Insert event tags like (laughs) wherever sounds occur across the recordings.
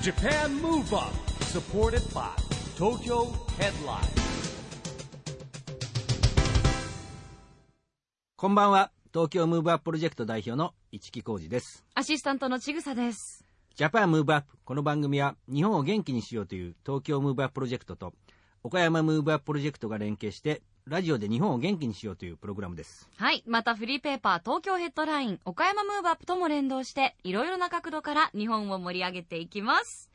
Japan Move Up supported by Tokyo Headline こんばんは東京ムーブアッププロジェクト代表の市木浩二ですアシスタントのちぐさです。ジャパンムーブアップこの番組は日本を元気にしようという東京ムーブアッププロジェクトと岡山ムーブアッププロジェクトが連携してラジオで日本を元気にしようというプログラムですはい。またフリーペーパー東京ヘッドライン、岡山ムーブアップとも連動して、いろいろな角度から日本を盛り上げていきます。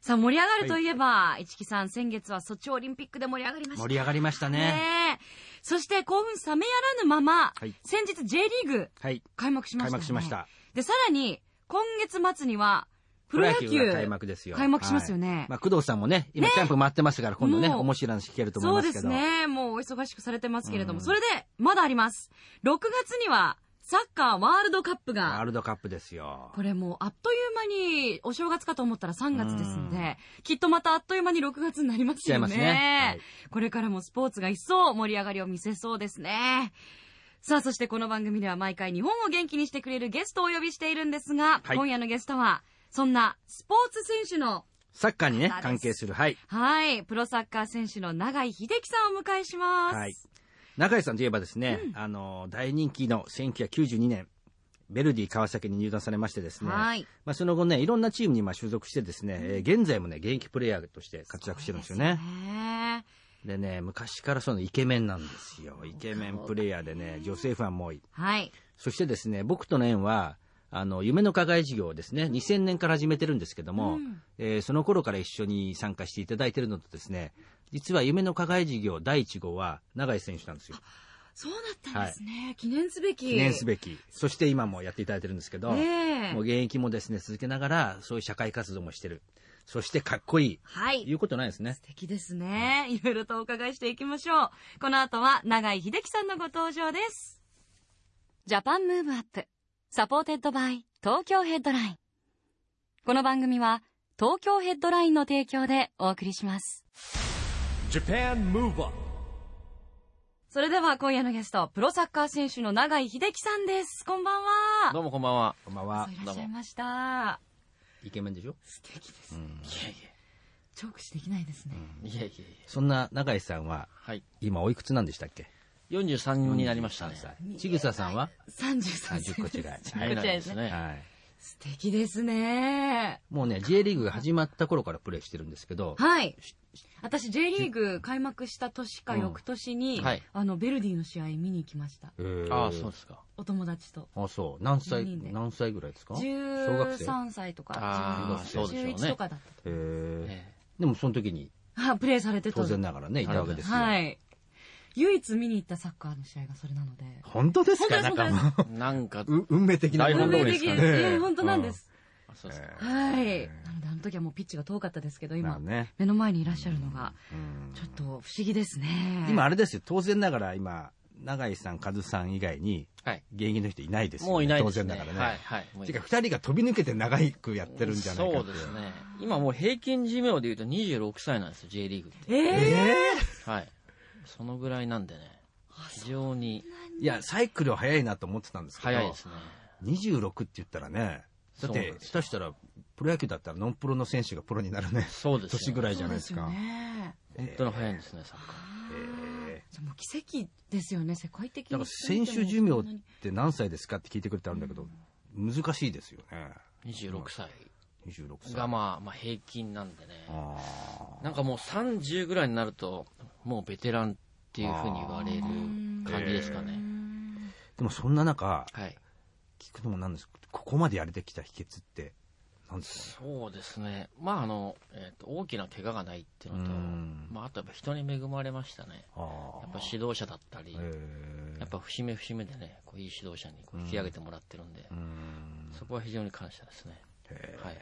さあ、盛り上がるといえば、市木さん、先月はソチオリンピックで盛り上がりました。盛り上がりましたねねえそして興奮冷めやらぬまま、はい先日 J リーグはい開幕しました、ね。開幕しました。で、さらに、今月末には、プロ野球が開幕ですよ開幕しますよね。はいまあ、工藤さんもね今キャンプ回ってますから今度ねもう面白い話聞けると思いますけどそうですね。もうお忙しくされてますけれども、うんそれで、まだあります。6月には、サッカーワールドカップワーが、ルドカップですよこれもうあっという間に、お正月かと思ったら3月ですので、きっとまたあっという間に6月になりま来すちゃいよね。ますね、これからもスポーツが一層盛り上がりを見せそうですね。さあ、そしてこの番組では毎回日本を元気にしてくれるゲストをお呼びしているんですが、はい今夜のゲストは、そんなスポーツ選手のサッカーにね方です関係するはいはい、プロサッカー選手の永井秀樹さんをお迎えします。はい中井さんといえばですね、あの大人気の1992年ベルディ川崎に入団されましてですね、はいまあ、その後ねいろんなチームにまあ所属してですね、えー現在もね現役プレイヤーとして活躍してるんですよねねでね昔からそのイケメンなんですよイケメンプレイヤーでね女性ファンも多いはい。そしてですね僕との縁はあの夢の課外事業をですね2000年から始めてるんですけども、うんえーその頃から一緒に参加していただいてるのとですね実は夢の課外事業第1号は永井選手なんですよそうだったんですね。記念すべき。記念すべべきそして今もやっていただいてるんですけど、ねえもう現役もですね続けながらそういう社会活動もしてるそしてかっこいいはい。言うことないですね素敵ですね。いろいろとお伺いしていきましょう。この後は永井秀樹さんのご登場です。ジャパンムーブアップ。サポーテッドバイ東京ヘッドライン。この番組は東京ヘッドラインの提供でお送りします。 Japan Move Up それでは今夜のゲスト、プロサッカー選手の永井秀樹さんです。こんばんは。どうもこんばんは。こんばんはそういらっしゃいました。イケメンでしょ素敵ですうね。ん直視できないですね。いやいやいや。そんな永井さんははい。今おいくつなんでしたっけ43になりましたね。ちぐささんは33あ歳。 10個違いはいこちらですねはいはい素敵ですね。もうね J リーグが始まった頃からプレーしてるんですけどはい。私、J リーグ開幕した年かうん翌年に、はいあの、ベルディの試合見に行きました。えーああ、そうですか。お友達と。あそう何歳四人で何歳ぐらいですか小学生13歳とかあ、ー10そうでしょうね11とかだったえーえでもその時にと。あ、プレーされてた。当然ながらねいたわけですよはい。唯一見に行ったサッカーの試合がそれなので。本当ですか本当ですなんかもうえなんか、う運命的な台運本通命り的ですかねです。ええ本当なんです。あそうですか。はい。なので、あの時はもうピッチが遠かったですけど、ま今、あね目の前にいらっしゃるのが、うんちょっと不思議ですね。今あれですよ当然ながら今永井さんカズさん以外にはい。現役の人いないですよねもういないですね。当然ながらね、はい、はい。もうていうか2人が飛び抜けて長くやってるんじゃないかそっうていですね。今もう平均寿命で言うと26歳なんですよ、J リーグって。ええはい。そのぐらいなんでね。非常にいやサイクルは早いなと思ってたんですけど早いですね。 26って言ったらねだっそうてなんですよ下手したらプロ野球だったらノンプロの選手がプロになるねそうですよ年ぐらいじそゃうないでですすかよね。本当に早いんですね、サッカー。えじゃあもう奇跡ですよね、世界的ーだに。から選手寿命って何歳ですかって聞いてくれてあるんだけど難しいですよね26歳26歳がまあ、まあ平均なんでね。あなんかもう30ぐらいになると、もうベテランっていうふうに言われる感じですかね。ーでもそんな中はい。聞くのもなんですけどここまでやれてきた秘訣って何ですかそうですね。まあ、あの、えっ、と、大きな怪我がないっていうのとうん、まあ、あとやっぱ人に恵まれましたね。あやあっぱ指導者だったり、ーえやっぱ節目節目でね、こういい指導者にこう引き上げてもらってるんで、ーうーんそこは非常に感謝ですね。へはい。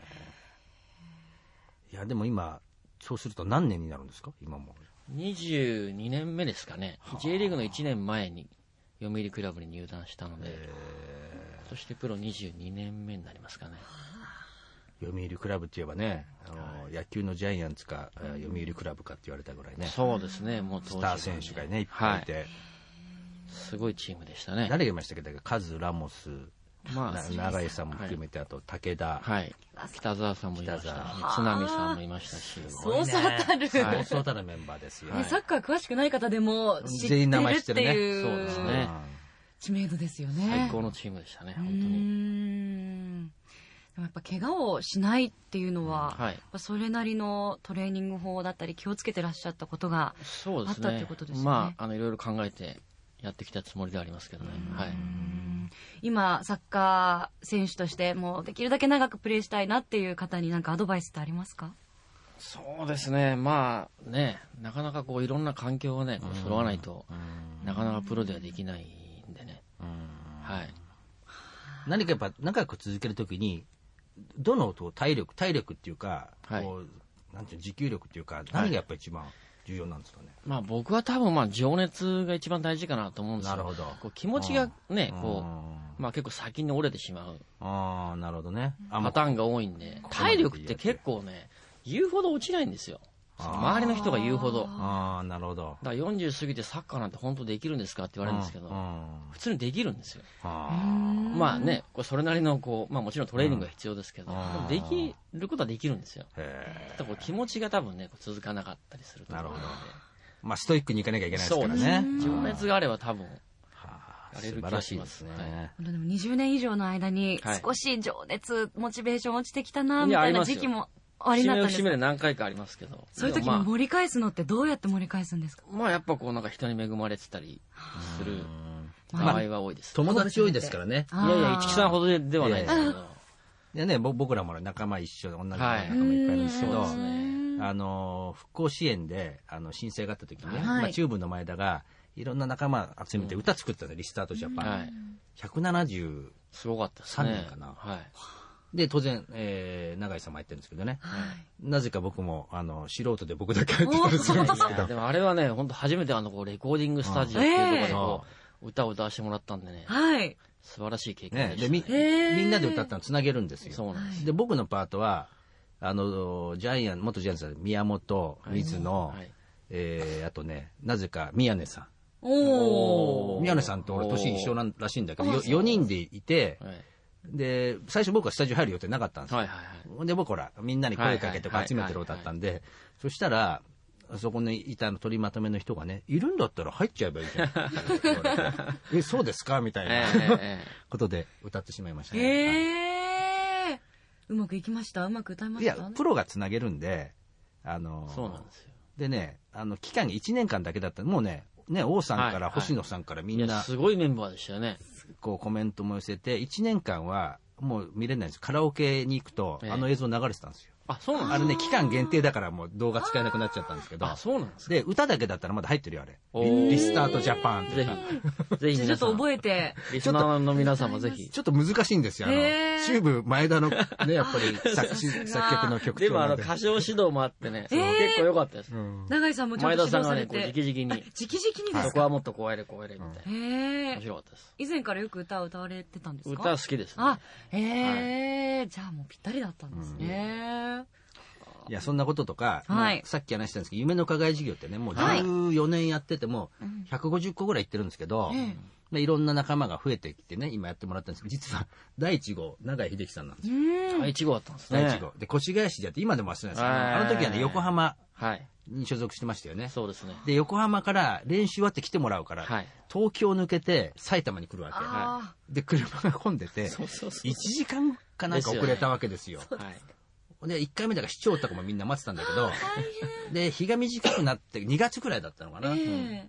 いやでも今そうすると何年になるんですか今も22年目ですかね。J リーグの1年前に、読売クラブに入団したので、そしてプロ22年目になりますかね。読売クラブって言えばねあの、野球のジャイアンツか、えー読売クラブかって言われたぐらいねスそうですね、もう当時タはーね選手がねいっぱいいて、はすごいチームでしたね。誰がいましたっけだけカズ・ラモスまなあ、永井さんも含めて、あと武田、はい。北沢さんもいましたし、北津波さんもいましたし、そうそうたる。そはういそうたるメンバーですよ。はねいサッカー詳しくない方でも知って全員名る前知っっててるねそういですうね知名度ですよね。最高のチームでしたね、うー本当に。ん。でもやっぱ怪我をしないっていうのは、はやい。っぱそれなりのトレーニング法だったり気をつけてらっしゃったことが、そうですあったってねことです。ねまあ、あの、いろいろ考えてやってきたつもりではありますけどね。はい。今サッカー選手としてもうできるだけ長くプレーしたいなっていう方に何かアドバイスってありますかそうですね。まあ、ね、なかなかこう、いろんな環境がね、こう揃わないと、なかなかプロではできないんでね。はい。何かやっぱ長く続けるときに、どのこう体力、体力っていうか、はいこうなんていうの持久力っていうか、何がやっぱ一番重要なんですかね。まあ僕は多分まあ情熱が一番大事かなと思うんですよ。なるほどこう気持ちがね、こあう、まあ結構先に折れてしまうあー、なるほどね。あパターンが多いんで、ここまで体力って結構ね、言うほど落ちないんですよ。その周りの人が言うほど。だかああ、なるほど。ら40過ぎてサッカーなんて本当できるんですかって言われるんですけうんど、あ普通にできるんですよ。あまあね、こうそれなりのこう、まあもちろんトレーニングが必要ですけど、うでんもできることはできるんですよ。へただこう気持ちが多分ね、こう続かなかったりすると思うのでなるほーまあ、ストイックにいかなきゃいけないですそかうらでねす。ね。情熱があれば多分、はあやれ素晴る気がらししいまですすね。でも20年以上の間にはい少し情熱、モチベーション落ちてきたないみやたいありなますよ時期もおありに節なったん目をです節か目で何回かありますけど。そういう時でにもまあ盛り返すのってどうやって盛り返すんですかまあやっぱこうなんか人に恵まれてたりする場合は多いです。友達多いですからね。あいやいや、ー一木さんほどでではないですけど。でね、ぼ僕らも仲間一緒で、同じ仲間はいいっぱいいるんですけそうどで、すね。あの、復興支援で、あの、申請があった時にね、はいまあ、チューブの前田が、いろんな仲間集めて歌作ったの、リスタートジャパン。はい。 170。すごかったですね。三年かなはい。で、当然、えー、永井さんも入ってるんですけどね。なぜか僕も、あの、素人で僕だけ入ってたりするんですけいやど。でもあれはね、本当初めてあの、こう、レコーディングスタジオっていうところでこう、歌を歌わせてもらったんでね、はい。素晴らしい経験ねで、でしたみね。へーみんなで歌ったのつなげるんですよ。そうなんです。で僕のパートはあのジャイアン元ジャイアンツの宮本水野、はいえーあとねなぜか宮根さんおー。宮根さんと俺年一緒なんらしいんだけどよ4人でいてはい。で最初僕はスタジオ入る予定なかったんですよ、はいはいはい。で僕ほらみんなに声かけてはいはいはい集めてる歌だったんで、そしたらそこにいたの取りまとめの人がねいるんだったら入っちゃえばいい (laughs) じゃんって言われてえそうですかみたいえなええええことで歌ってしまいましたね、へー。うまくいきましたうまく歌いまいしやたプロがつなげるんであのえそうなんですよ。でね、あの期間が1年間だけだったもうね、ね王さんかはいはらい星野さんからみいんや、なすごいメンバーでしたよね。こうコメントも寄せて、1年間はもう見れないんです、カラオケに行くと、ええあの映像流れてたんですよ、あ、そうなんであれね、期間限定だから、もう動画使えなくなっちゃったんですけすどか。あ、、そうなんですで歌だけだったらまだ入ってるよ、あれ、おーリスタートジャパンって (laughs) ぜひ。ぜひちょ皆っさとん。覚えて。リスナーの皆様ぜひ。ちょっと難しいんですよ、あの、へーチューブ前田のね、やっぱり作詞 (laughs) さすが作曲の曲で調もあなの、んで歌唱指導もあってね、結構良かったです。永井さんもちょっ前と指田さん導さがれね、こう、て。直々に、直々にでそすこかはもっとこうやれ、こうやれ、みたいな。へ面ー。白かったです。以前からよく歌を歌われてたんですか歌好きですね。あ、へえ、じゃあもうぴったりだったんですね。いや、そんなこととか、はいまあさっき話したんですけど、夢の課外事業ってね、もう14年やってても、150個ぐらい行ってるんですけど、まあ、いろんな仲間が増えてきてね、今やってもらったんですけど、実は、 (laughs) 第1号、永井秀樹さんなんですよ。第1号だったんですね。第1号。で、越谷市でやって、今でも忘れないですけど、はいあの時はね、横浜はい。に所属してましたよね。そうですね。で、横浜から練習終わって来てもらうから、はい東京抜けて埼玉に来るわけ。あで、車が混んでて、そうそうそう1時間かなんか遅れたわけですよ。はい。で、1回目だから市長とかもみんな待ってたんだけ (laughs) ど、で、日が短くなって、2月くらいだったのかな。え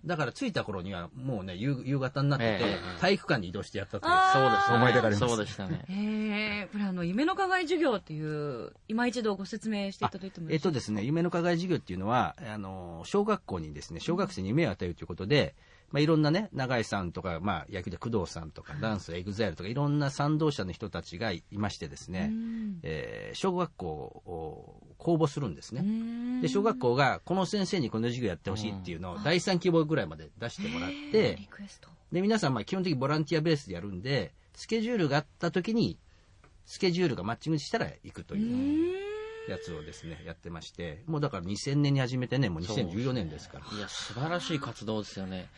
えだから着いた頃にはもうね、夕夕方になってて、ええ体育館に移動してやったという。そうですね。思い出がありますそうでし (laughs) たね。へえ、これあの、夢の課外授業っていう、今一度ご説明していただいてもいえいっとですね、夢の課外授業っていうのは、あの、小学校にですね、小学生に夢を与えるということで、まあ、いろんなね、永井さんとか、まあ、野球で工藤さんとか、ダンス、エグザイルとか、いろんな賛同者の人たちがいましてですね、えー小学校を公募するんですね。で、小学校が、この先生にこの授業やってほしいっていうのを、第3希望ぐらいまで出してもらって、リクエスト。で、皆さん、まあ、基本的にボランティアベースでやるんで、スケジュールがあった時に、スケジュールがマッチングしたら行くというやつをですね、やってまして、もうだから2000年に始めてね、もう2014年ですから。いや、素晴らしい活動ですよね。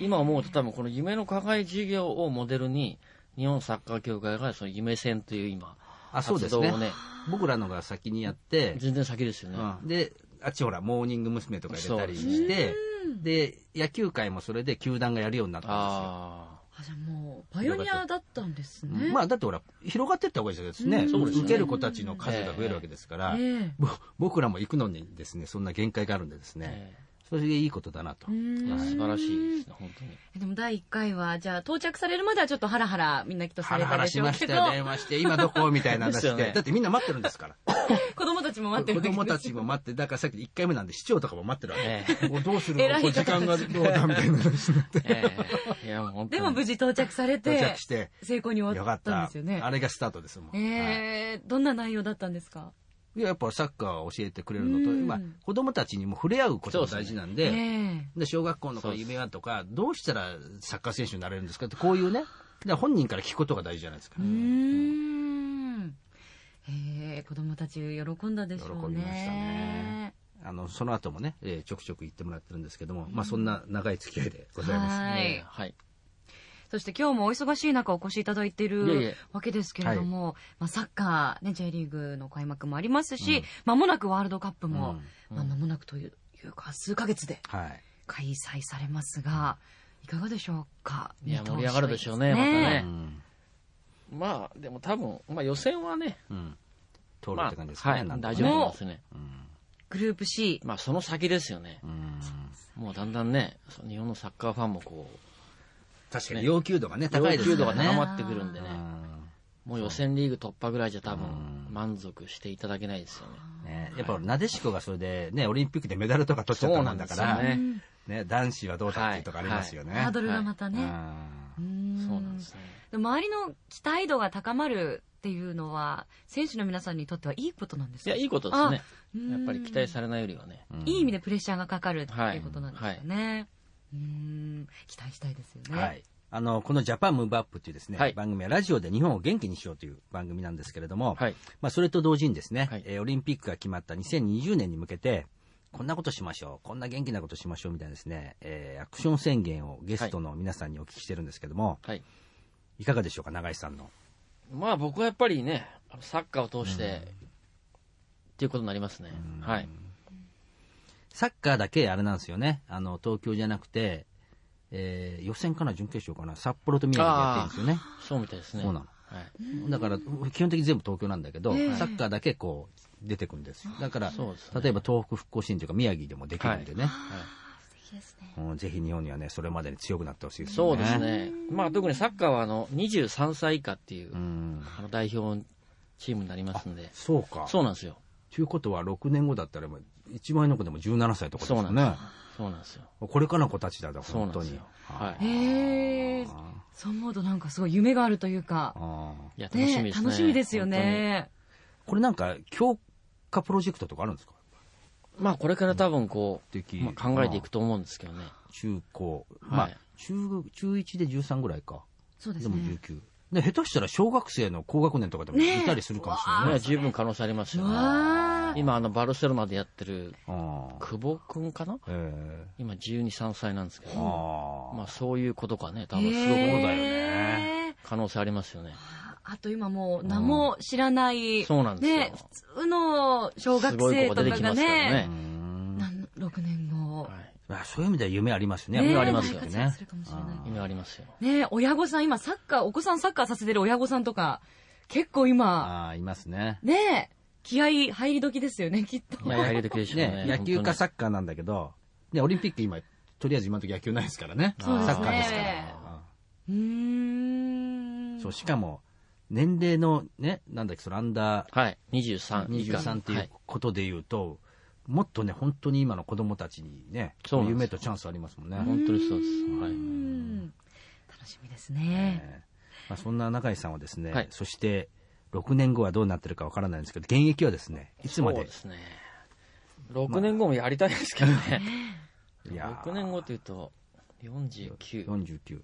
今思うと多分この夢の課外事業をモデルに、日本サッカー協会がその夢戦という今、あ、そうですね活動をね僕らのが先にやって、全然先ですよね。うんで、あっちほら、モーニング娘。とか入れたりそうですして、で、野球界もそれで球団がやるようになったああじゃあもうパイオニアだったんですんですね。よ。まあ、だってほら、広がってった方がいいですようね。んそそううですね受ける子たちの数が増えるわけですから、ええぼ僕らも行くのにですね、そんな限界があるんでですあ、ね、えそれでいいことだなとう。ーえんいや素晴らしいですね、本当に。でも第1回はじゃあ到着されるまではちょっとハラハラみんなきっとさハれラハたラでししょうましけたどよ、電話して、今どこみたいな話ですしよて。ねだってみんな待ってるんですから。子供たちも待って子るわけです供たちも待って、だからさっき1回目なんで市長とかも待ってるわえけ。もう (laughs) どうする偉いの方こう時間がどうだみたいな話になってえええいや、もう本当でに。も無事到着され到て着して、成功に終よかっわったんたですよね。あれがスタートですもん。はいえーどんな内容だったんですかいややっぱサッカーを教えてくれるのと、うんまあ、子供たちにも触れ合うことが大事なんで、えで小学校のそう子です夢はとか、どうしたらサッカー選手になれるんですかって、こういうね、だから本人から聞くことが大事じゃないですか。えうーんえー子供たち喜んだでしょうね。喜びましたねあの、その後もね、えーちょくちょく行ってもらってるんですけども、まあ、そんな長い付き合いでございます。はええい。はい。そして今日もお忙しい中お越しいただいていいえいえるわけですけれども、まあ、サッカー、ね、J リーグの開幕もありますし、間もなくワールドカップも、うんまあ、間もなくといういうか、数ヶ月ではい。開催されますが、いかがでしょうかいや、見通盛しり上がるでしょうね、はまたいいでうすね。ん。まあ、でも多分、まあ予選はね、うん。通るまって感じですかあ、ね。はい、なんとか大ね丈夫と思いますね。グループ C。まあ、その先ですよね。うん。もうだんだんね、その日本のサッカーファンもこう、確かねに要求度がね、高いで要す求度からがね。高まってくるんでね、うんもう予選リーグ突破ぐらいじゃ多うん分満足していただけないですよね、ね。やっぱなでしこがそれで、ね、オリンピックでメダルとか取っちゃったもんだから、そうなんですよねね男子はどうだっていうとかありますよね。ハードルがまたね。うんうんそうなんですね。でも周りの期待度が高まるっていうのは、選手の皆さんにとってはいいことなんですいかや、いいことですね。うんやっぱり期待されないよりはね。うんいい意味でプレッシャーがかかるっていうことなんですよね。うん期待したいですよね。はい。あの、このジャパンムーブアップっていうですね、はい番組はラジオで日本を元気にしようという番組なんですけれども、はい。まあ、それと同時にですね、はいえーオリンピックが決まった2020年に向けて、こんなことしましょう、こんな元気なことしましょうみたいなですね、えーアクション宣言をゲストの皆さんにお聞きしてるんですけども、はい。い、かがでしょうか、永井さんの。まあ僕はやっぱりね、サッカーを通して、っていうことになりますね。はい。サッカーだけあれなんですよね、あの、東京じゃなくて、えー予選かな、準決勝かな、札幌と宮城でやってるんですよね。そうみたいですね。そうなのはい。だから、基本的に全部東京なんだけど、ええサッカーだけこう、出てくるんですよ。だから、そうですね例えば東北復興支援というか宮城でもできるんでね、はいうんぜひ日本にはね、それまでに強くなってほしいですよそうね。です。ね。まあ特にサッカーはあの、23歳以下っていう、うん。あの代表チームになりますんで。そうか。そうなんですよ。ということは、6年後だったら、1枚の子でも17歳とかですそようなんですねよ。。そうなんですよ。これからの子たちだ、だからそう本なん当ですによ。。はへい。えそう思うとなんかすごい夢があるというか、あーいや、楽ねしみですね。楽しみですよね。これなんか、強化プロジェクトとかあるんですか本当に。まあこれから多分こできう、まあ、考えていくと思うんですけどね。中高。まあ、中、中1で13ぐらいか。そうですでもね。 19。で、下手したら小学生の高学年とかでもいたりするかもしれないまねあ。十分可能性ありますよ、うわー今あの、バルセロナでやってる、ああ。久保くんかなええ今12、3歳なんですけど。ああ。まあそういうことかね、多分すごくへえだよ。可能性ありますよね。ああと今もう名も知らない、そうなんですよね、普通の小学生とかすごい子が出てきがますからね、ねうんなん6年後、はい。あそういう意味では夢ありますね。ね夢ありますよ大ね活躍するかもしれない意味ありますよ。ね親御さん、今サッカー、お子さんサッカーさせてる親御さんとか、結構今、ああ、いますね。ね気合入り時ですよね、きっと。いや、入れてくれでしょうねね。野球か本サッカーなんだけど、ね、オリンピック今、とりあえず今の時野球ないですからね。サそうですねッカーですから。ううーんん。そう、しかも、年齢のね、なんだっけ、そのアンダー当に。はい。23。 23っていはうことで言うと、もっとね、本当に今の子供たちにね、そうなんですよ夢とチャンスありますもんね。本当にそうです。はうい。ん楽しみですね。ええまあ、そんな中井さんはですね、はいそして6年後はどうなってるかわからないんですけど、現役はですね、いつまそうでですね。6年後もやりたいですけどね。 (laughs) いやー6年後というと、49。 49。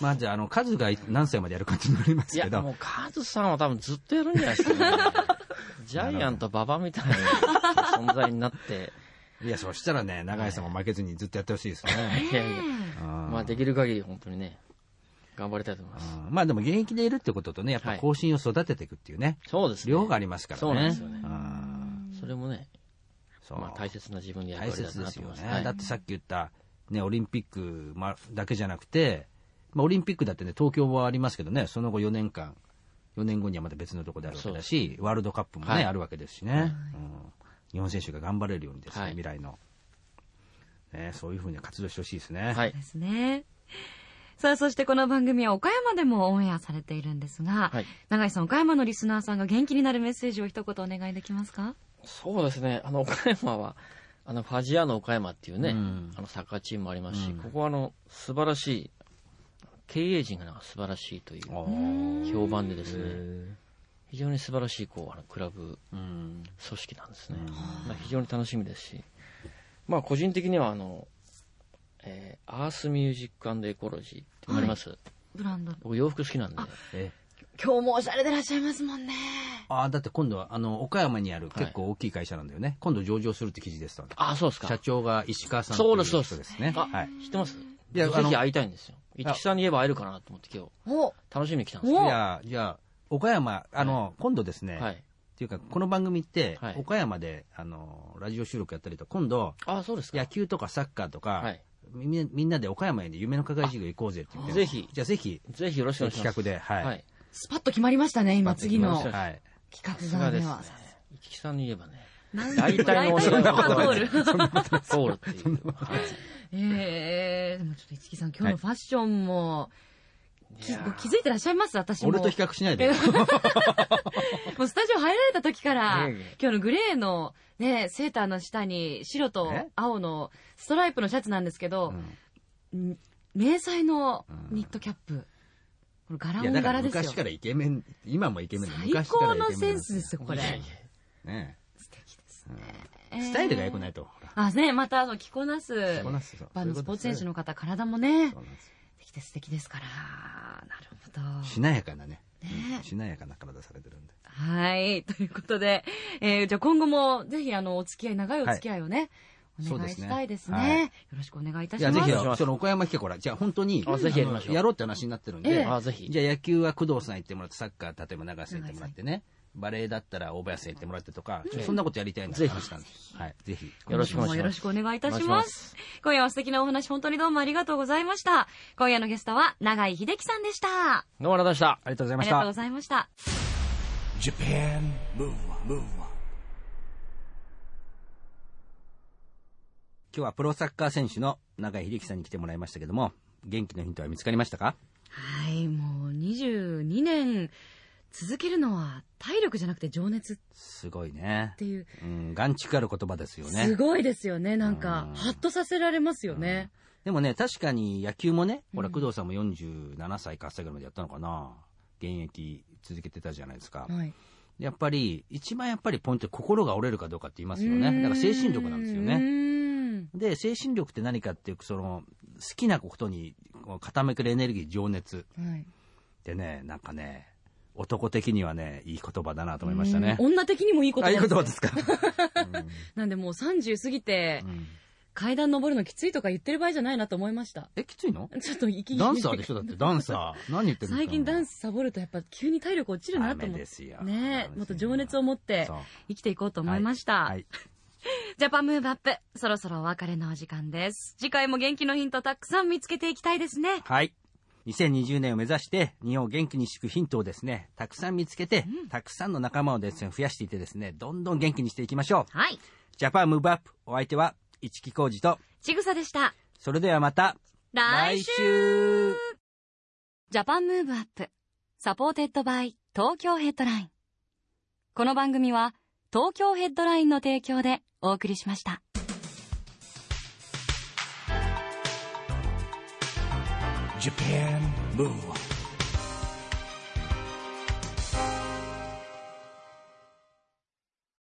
まあじゃあ、あの、数が何歳までやるかってなりまいすやけ、ど、もうカズさんは多分ずっとやるんじゃないで (laughs) すかね。ジャイアント馬場みたいな存在になって、いや、そしたらね、永井さんも負けずにずっとやってほしいですね。いやいや、うんまあできる限り本当にね、頑張りたいと思います。うんまあでも現役でいるってこととね、やっぱ後進を育てていくっていうね、そうですね。量がありますからね。そうなんですよねう。んそれもね、そうまあ、大切な自分でや大るだ切なですと思よいます。ね、はいだってさっき言った、ね、オリンピックまだけじゃなくて、まあ、オリンピックだってね、東京はありますけどね、その後4年間、4年後にはまた別のところであるわけだし、ワールドカップもね、はいあるわけですしね、うん日本選手が頑張れるようにですね、はい未来の、ね、そういうふうに活動してほしいですね。はいですね。さあ、そしてこの番組は岡山でもオンエアされているんですが、はい永井さん、岡山のリスナーさんが元気になるメッセージを一言お願いできますかそうですね。あの、岡山は、あの、ファジアーノ岡山っていうね、うんあの、サッカーチームもありますし、うんここはあの、素晴らしい、経営陣がなんか素晴らしいといあうー評判でですね、へ非常に素晴らしい、こう、あの、クラブーうん組織なんですね。だから非常に楽しみですし、まあ、個人的にはあの、えーアースミュージックエコロジーってわかります、ブランド。僕洋服好きなんで、え今日もおしゃれでいらっしゃいますもんね。あーだって今度はあの岡山にある結構大きい会社なんだよね、今度上場するって記事でしたあ、そうですか。社長が石川さんそうですといそ人うでですね。あ、はい。知ってますいいやや、あぜのひ会いたいんですよ。一木さんに言えば会えるかなと思って今日、お楽しみに来たんですじよ。ゃあ、じゃあ、岡山、あの、今度ですね、はっい。ていうか、この番組って、はい岡山で、あの、ラジオ収録やったりと、今度、あ、そうですか。野球とかサッカーとか、はいみんなみんなで岡山に夢の課外授業行こうぜって言って、ぜひじゃあぜひ、ぜひよろしくお願いします。企画ではいはい。スパッと決まりましたね、今、待って次のきましょうはい。企さす画ががでですねは。。一木さんに言えばね、なん大で体のお願い大体のことはは通る。通るっていう。はいええでもちょっと一木さん、今日のファッションも、きご気づいてらっしゃいます私も。俺と比較しないでよ。 (laughs) もうスタジオ入られた時から、いえいえ今日のグレーの、ね、セーターの下に白とえ青のストライプのシャツなんですけど、ん迷彩のニットキャップ。これ柄いや、もだか柄らですよ。昔からイケメン、今もイケメンで、最昔か高らイケメンなんのですよセンスですよ、これい。やいやね素敵ですえね。スタイルが良くいないと、ほら。あ、ね、また、あの、着こなす着こなすそう。バンドスポーツ選手の方、体もそねう、なんですよ素敵です、素敵ですから。なるほど。しなやかなね。ねうんしなやかな体されてるんで。はい。ということで、えーじゃあ今後もぜひあの、お付き合い、長いお付き合いをね、はいお願いしたいですそねうですねはいよろしくお願いいたいしや、ます。ぜひお願いしよ、ますその岡山企画、ほら、じゃあ本当に、あぜひやりましょあうのやろうって話になってるんえで、えあぜひじゃあ野球は工藤さん行ってもらって、サッカー、例えば長瀬行ってもらってね、バレエだったら大林さん行ってもらってとか、ちょっとそんなことやりたいなって話したんです。はい、ぜひ。よろしくお願いしますよろしくお願いいたしお願ま。いします今夜は素敵なお話、本当にどうもありがとうございました。今夜のゲストは、永井秀樹さんでした。あ野村でした。ありがとうございまりしがとうたご。ざいました。 Japan Move Up, 今日はプロサッカー選手の永井秀樹さんに来てもらいましたけども、元気のヒントは見つかりましたかはい、もう22年続けるのは体力じゃなくて情熱っすごいね。ていう、うん、眼蓄ある言葉ですよね。すごいですよね。なんかうん、ハッとさせられますよね。でもね、確かに野球もね、ほら、工藤さんも47歳か8歳ぐらいまでやったのかな。現役続けてたじゃないですか。はい。やっぱり、一番やっぱりポイント、心が折れるかどうかって言いますようね。んだから精神力なんですようね。んで、精神力って何かっていうその、好きなことにこう傾けるエネルギー、情熱はい。ってね、なんかね、男的にはね、いい言葉だなと思いましたねう。ん女的にもいいことあ、ないいん言ですよ葉ですか。 (laughs) なんでもう30過ぎて、階段登るのきついとか言ってる場合じゃないなと思いました。 (laughs) え、きついのちょっと息切れダンサーでしょだって、ダンサー。何言ってるんですか最近ダンスサボるとやっぱ急に体力落ちるなとダメ思っでて。すよダメねですえ、よもっと情熱を持ってそう生きていこうと思いました。はい。ジャパンムーブアップ、そろそろお別れのお時間です。次回も元気のヒントたくさん見つけていきたいですね。はい。2020年を目指して、日本を元気にしていくヒントをですね、たくさん見つけて、たくさんの仲間をですね、増やしていってですね、どんどん元気にしていきましょう。はい。ジャパンムーブアップ、お相手は、市木浩二と、ちぐさでした。それではまた、来週週ジャパンムーブアップサポーテッドバイ東京ヘッドラインこの番組は東京ヘッドラインの提供でお送りしました Japan Move Up.